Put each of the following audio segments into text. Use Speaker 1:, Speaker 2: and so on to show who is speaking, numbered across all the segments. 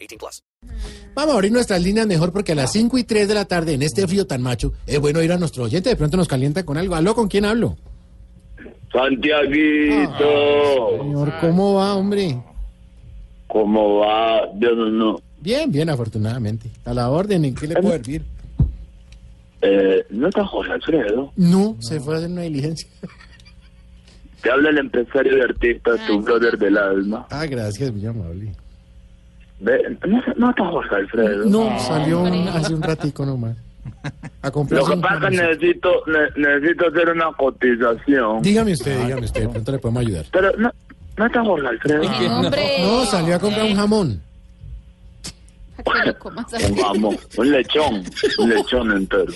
Speaker 1: 18 plus.
Speaker 2: Vamos a abrir nuestras líneas mejor porque a las 5 y 3 de la tarde en este frío tan macho es bueno ir a nuestro oyente. De pronto nos calienta con algo. ¿Aló? ¿Con quién hablo?
Speaker 3: Santiaguito,
Speaker 2: Señor, ¿cómo va, hombre?
Speaker 3: ¿cómo va? Yo no, no.
Speaker 2: Bien, bien, afortunadamente. A la orden, ¿en qué le puedo servir?
Speaker 3: Eh, no está José Alfredo.
Speaker 2: No, se fue a hacer una diligencia.
Speaker 3: Te habla el empresario de artistas, tu brother del alma.
Speaker 2: Ah, gracias, mi amable.
Speaker 3: Ve, No, no está José Alfredo.
Speaker 2: No, salió un- hace un ratico nomás. A comprar
Speaker 3: Lo que
Speaker 2: un-
Speaker 3: pasa es que necesito, ne- necesito hacer una cotización.
Speaker 2: Dígame usted, dígame usted, de pronto le podemos ayudar.
Speaker 3: Pero no, no está José Alfredo.
Speaker 4: Hombre,
Speaker 2: No, salió a comprar un jamón.
Speaker 3: Vamos, un lechón, un lechón entero.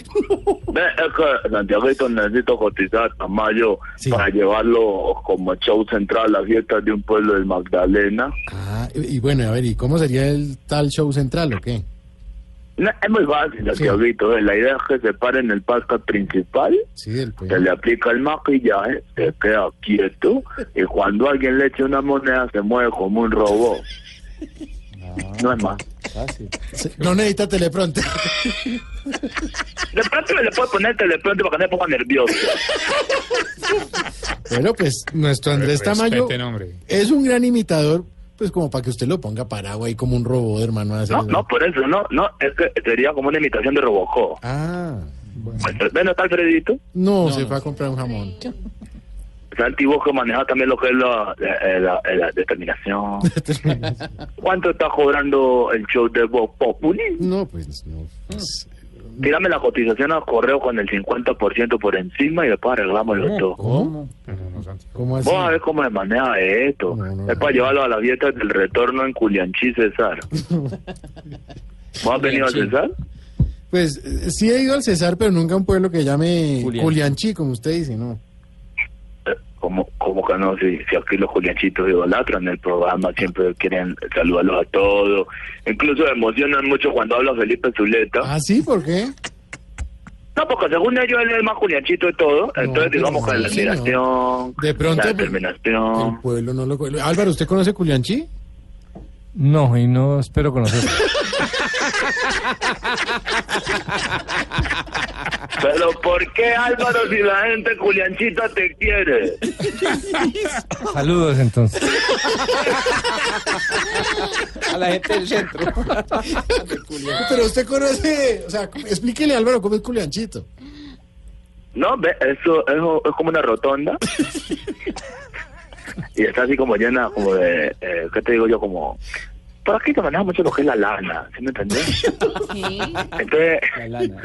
Speaker 3: Ve, es que Santiaguito necesito cotizar a Mayo
Speaker 2: Sí.
Speaker 3: para llevarlo como show central a la fiesta de un pueblo de Magdalena.
Speaker 2: Ah, y y bueno, a ver, ¿y cómo sería el tal show central o qué?
Speaker 3: No, es muy fácil, Santiaguito. eh. La idea es que se pare en el parque principal,
Speaker 2: Sí, del pues.
Speaker 3: se le aplica el maquillaje, eh. se queda quieto y cuando alguien le eche una moneda se mueve como un robot. No es más.
Speaker 2: Se- No necesita teleprompter.
Speaker 3: De pronto le puedo poner telepronto para que no se ponga nervioso.
Speaker 2: Bueno, pues nuestro Andrés Tamayo
Speaker 5: respeten, hombre.
Speaker 2: es un gran imitador, pues como para que usted lo ponga parado ahí como un robot, hermano. a hacer
Speaker 3: No,
Speaker 2: eso.
Speaker 3: no, por eso, no, no, es que sería como una imitación de Robocop.
Speaker 2: Ah, bueno.
Speaker 3: Bueno, está Alfredito.
Speaker 2: No, se va a comprar un jamón.
Speaker 3: Santi Bosco maneja también lo que es la, eh, la- la- la determinación. ¿Cuánto está cobrando el show de Bob Populi?
Speaker 2: No, pues no. pues,
Speaker 3: Tírame la cotización al correo con el 50% por encima y después arreglamos
Speaker 2: Oh,
Speaker 3: los dos.
Speaker 2: ¿Cómo?
Speaker 5: No, no, no, Santiago.
Speaker 2: ¿Cómo así?
Speaker 3: Vos a ver cómo se maneja esto.
Speaker 2: No, no,
Speaker 3: es
Speaker 2: no.
Speaker 3: para llevarlo a la dieta del retorno en Culianchí, César. ¿Vos has venido a César?
Speaker 2: Pues eh, sí he ido al Cesar, pero nunca a un pueblo que llame Culianchi, como usted dice, ¿no?
Speaker 3: Eh, ¿Cómo, cómo que no? Si, si aquí los culianchitos idolatran el programa, siempre quieren saludarlos a todos. Incluso emocionan mucho cuando habla Felipe Zuleta.
Speaker 2: Ah, sí, ¿por qué?
Speaker 3: No, porque según ellos él es el más culianchito de todo.
Speaker 2: pero
Speaker 3: Entonces digamos que
Speaker 2: sí,
Speaker 3: la admiración,
Speaker 2: De pronto,
Speaker 3: la
Speaker 2: pues,
Speaker 3: determinación.
Speaker 2: El pueblo no lo conoce. Álvaro, ¿usted conoce Culianchi?
Speaker 6: No, y no espero conocer.
Speaker 3: Pero ¿por qué Álvaro si la gente culianchita te quiere?
Speaker 6: Saludos entonces.
Speaker 2: Pero usted conoce, o sea, explíquele Álvaro cómo es Culianchito.
Speaker 3: No, ve, eso, eso es como una rotonda. y está así como llena, como de, eh, ¿qué te digo yo? Como, por aquí te maneja mucho lo que es la lana, ¿sí me entendés? Entonces,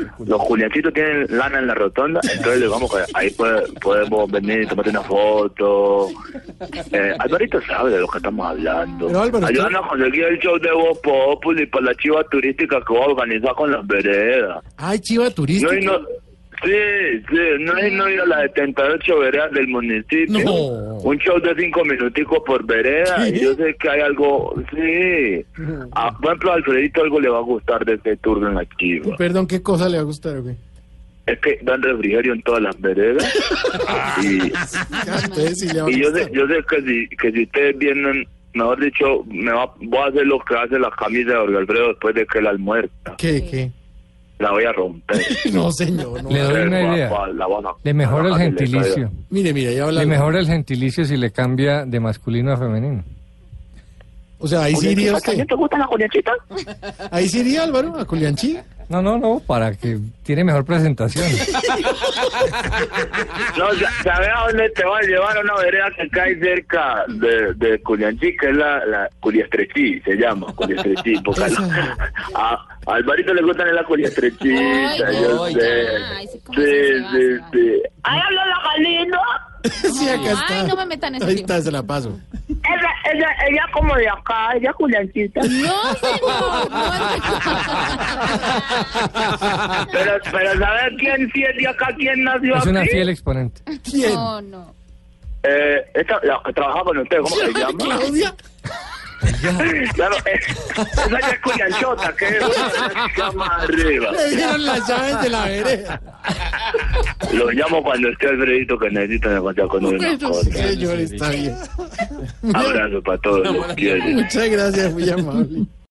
Speaker 3: los culianchitos tienen lana en la rotonda, entonces digamos que ahí puede- podemos venir, tomarte una foto. Eh, Alvarito sabe de lo que estamos hablando.
Speaker 2: Pero, Álvaro, usted-
Speaker 3: Ayúdanos a conseguir el show de Voz Populi para la chiva turística que va a organizar con las veredas.
Speaker 2: Ay, chiva
Speaker 3: No,
Speaker 2: turística.
Speaker 3: y no, sí, sí, no es no ir a las 78 veredas del municipio.
Speaker 2: No.
Speaker 3: Un show de cinco minuticos por vereda.
Speaker 2: ¿Qué?
Speaker 3: Y yo sé que hay algo, sí. A, por ejemplo, a Alfredito algo le va a gustar de este tour en activo.
Speaker 2: Perdón, ¿qué cosa le va a gustar, güey?
Speaker 3: Es que dan refrigerio en todas las veredas. y,
Speaker 2: Ah, entonces sí le va a
Speaker 3: y yo sé,
Speaker 2: gustar.
Speaker 3: yo sé que si, que si ustedes vienen, mejor dicho, me va, voy a hacer lo que hace la camisa de Jorge Alfredo después de que la almuerza.
Speaker 2: ¿Qué,
Speaker 3: La voy a romper.
Speaker 2: qué? No, señor. No.
Speaker 6: Le doy una idea.
Speaker 3: La voy a-
Speaker 6: Le mejora el
Speaker 3: la voy a-
Speaker 6: gentilicio.
Speaker 2: Mire, mire, ahí habla.
Speaker 6: Le mejora el gentilicio si le cambia de masculino a femenino.
Speaker 2: O sea, ahí sí iría usted.
Speaker 3: ¿También te gustan las culianchitas?
Speaker 2: Ahí sí iría Álvaro, a Culianchi.
Speaker 6: No, no, no, para que tiene mejor presentación.
Speaker 3: No, sa- ¿sabes a dónde te va a llevar a una vereda que cae cerca de, de Culianchi, que es la, la Culiastrechí, se llama, Culiastrechí, porque al- a, a Alvarito le gustan las Culiastrechita, yo sé.
Speaker 4: ay, sí, ¿cómo
Speaker 3: Sí,
Speaker 4: se va,
Speaker 3: sí,
Speaker 4: se va?
Speaker 3: sí. ¡Ay, habla la Galindo!
Speaker 2: Sí, acá está.
Speaker 4: Ay, no me metan en ese
Speaker 2: Ahí
Speaker 4: lío.
Speaker 2: está, se la paso.
Speaker 5: Ella, ella, ella como de acá, ella Juliancita.
Speaker 4: No, señor. no.
Speaker 3: Pero, pero ¿sabes quién sí es de acá? ¿Quién nació
Speaker 6: Es una
Speaker 3: aquí?
Speaker 6: fiel exponente.
Speaker 2: ¿Quién?
Speaker 4: No, no.
Speaker 3: Eh, esta, la que trabajaba con usted, ¿cómo se llama?
Speaker 2: Claudia.
Speaker 3: Claro, eh, esa ya es Cuyanchota, que es una chica más arriba.
Speaker 2: Le dieron las llaves de la vereda.
Speaker 3: Lo llamo cuando esté Alfredito que necesita negociar con una
Speaker 2: Bueno,
Speaker 3: cosa.
Speaker 2: señor, está bien.
Speaker 3: Abrazo para todos, los quiero.
Speaker 2: Muchas gracias, muy amable.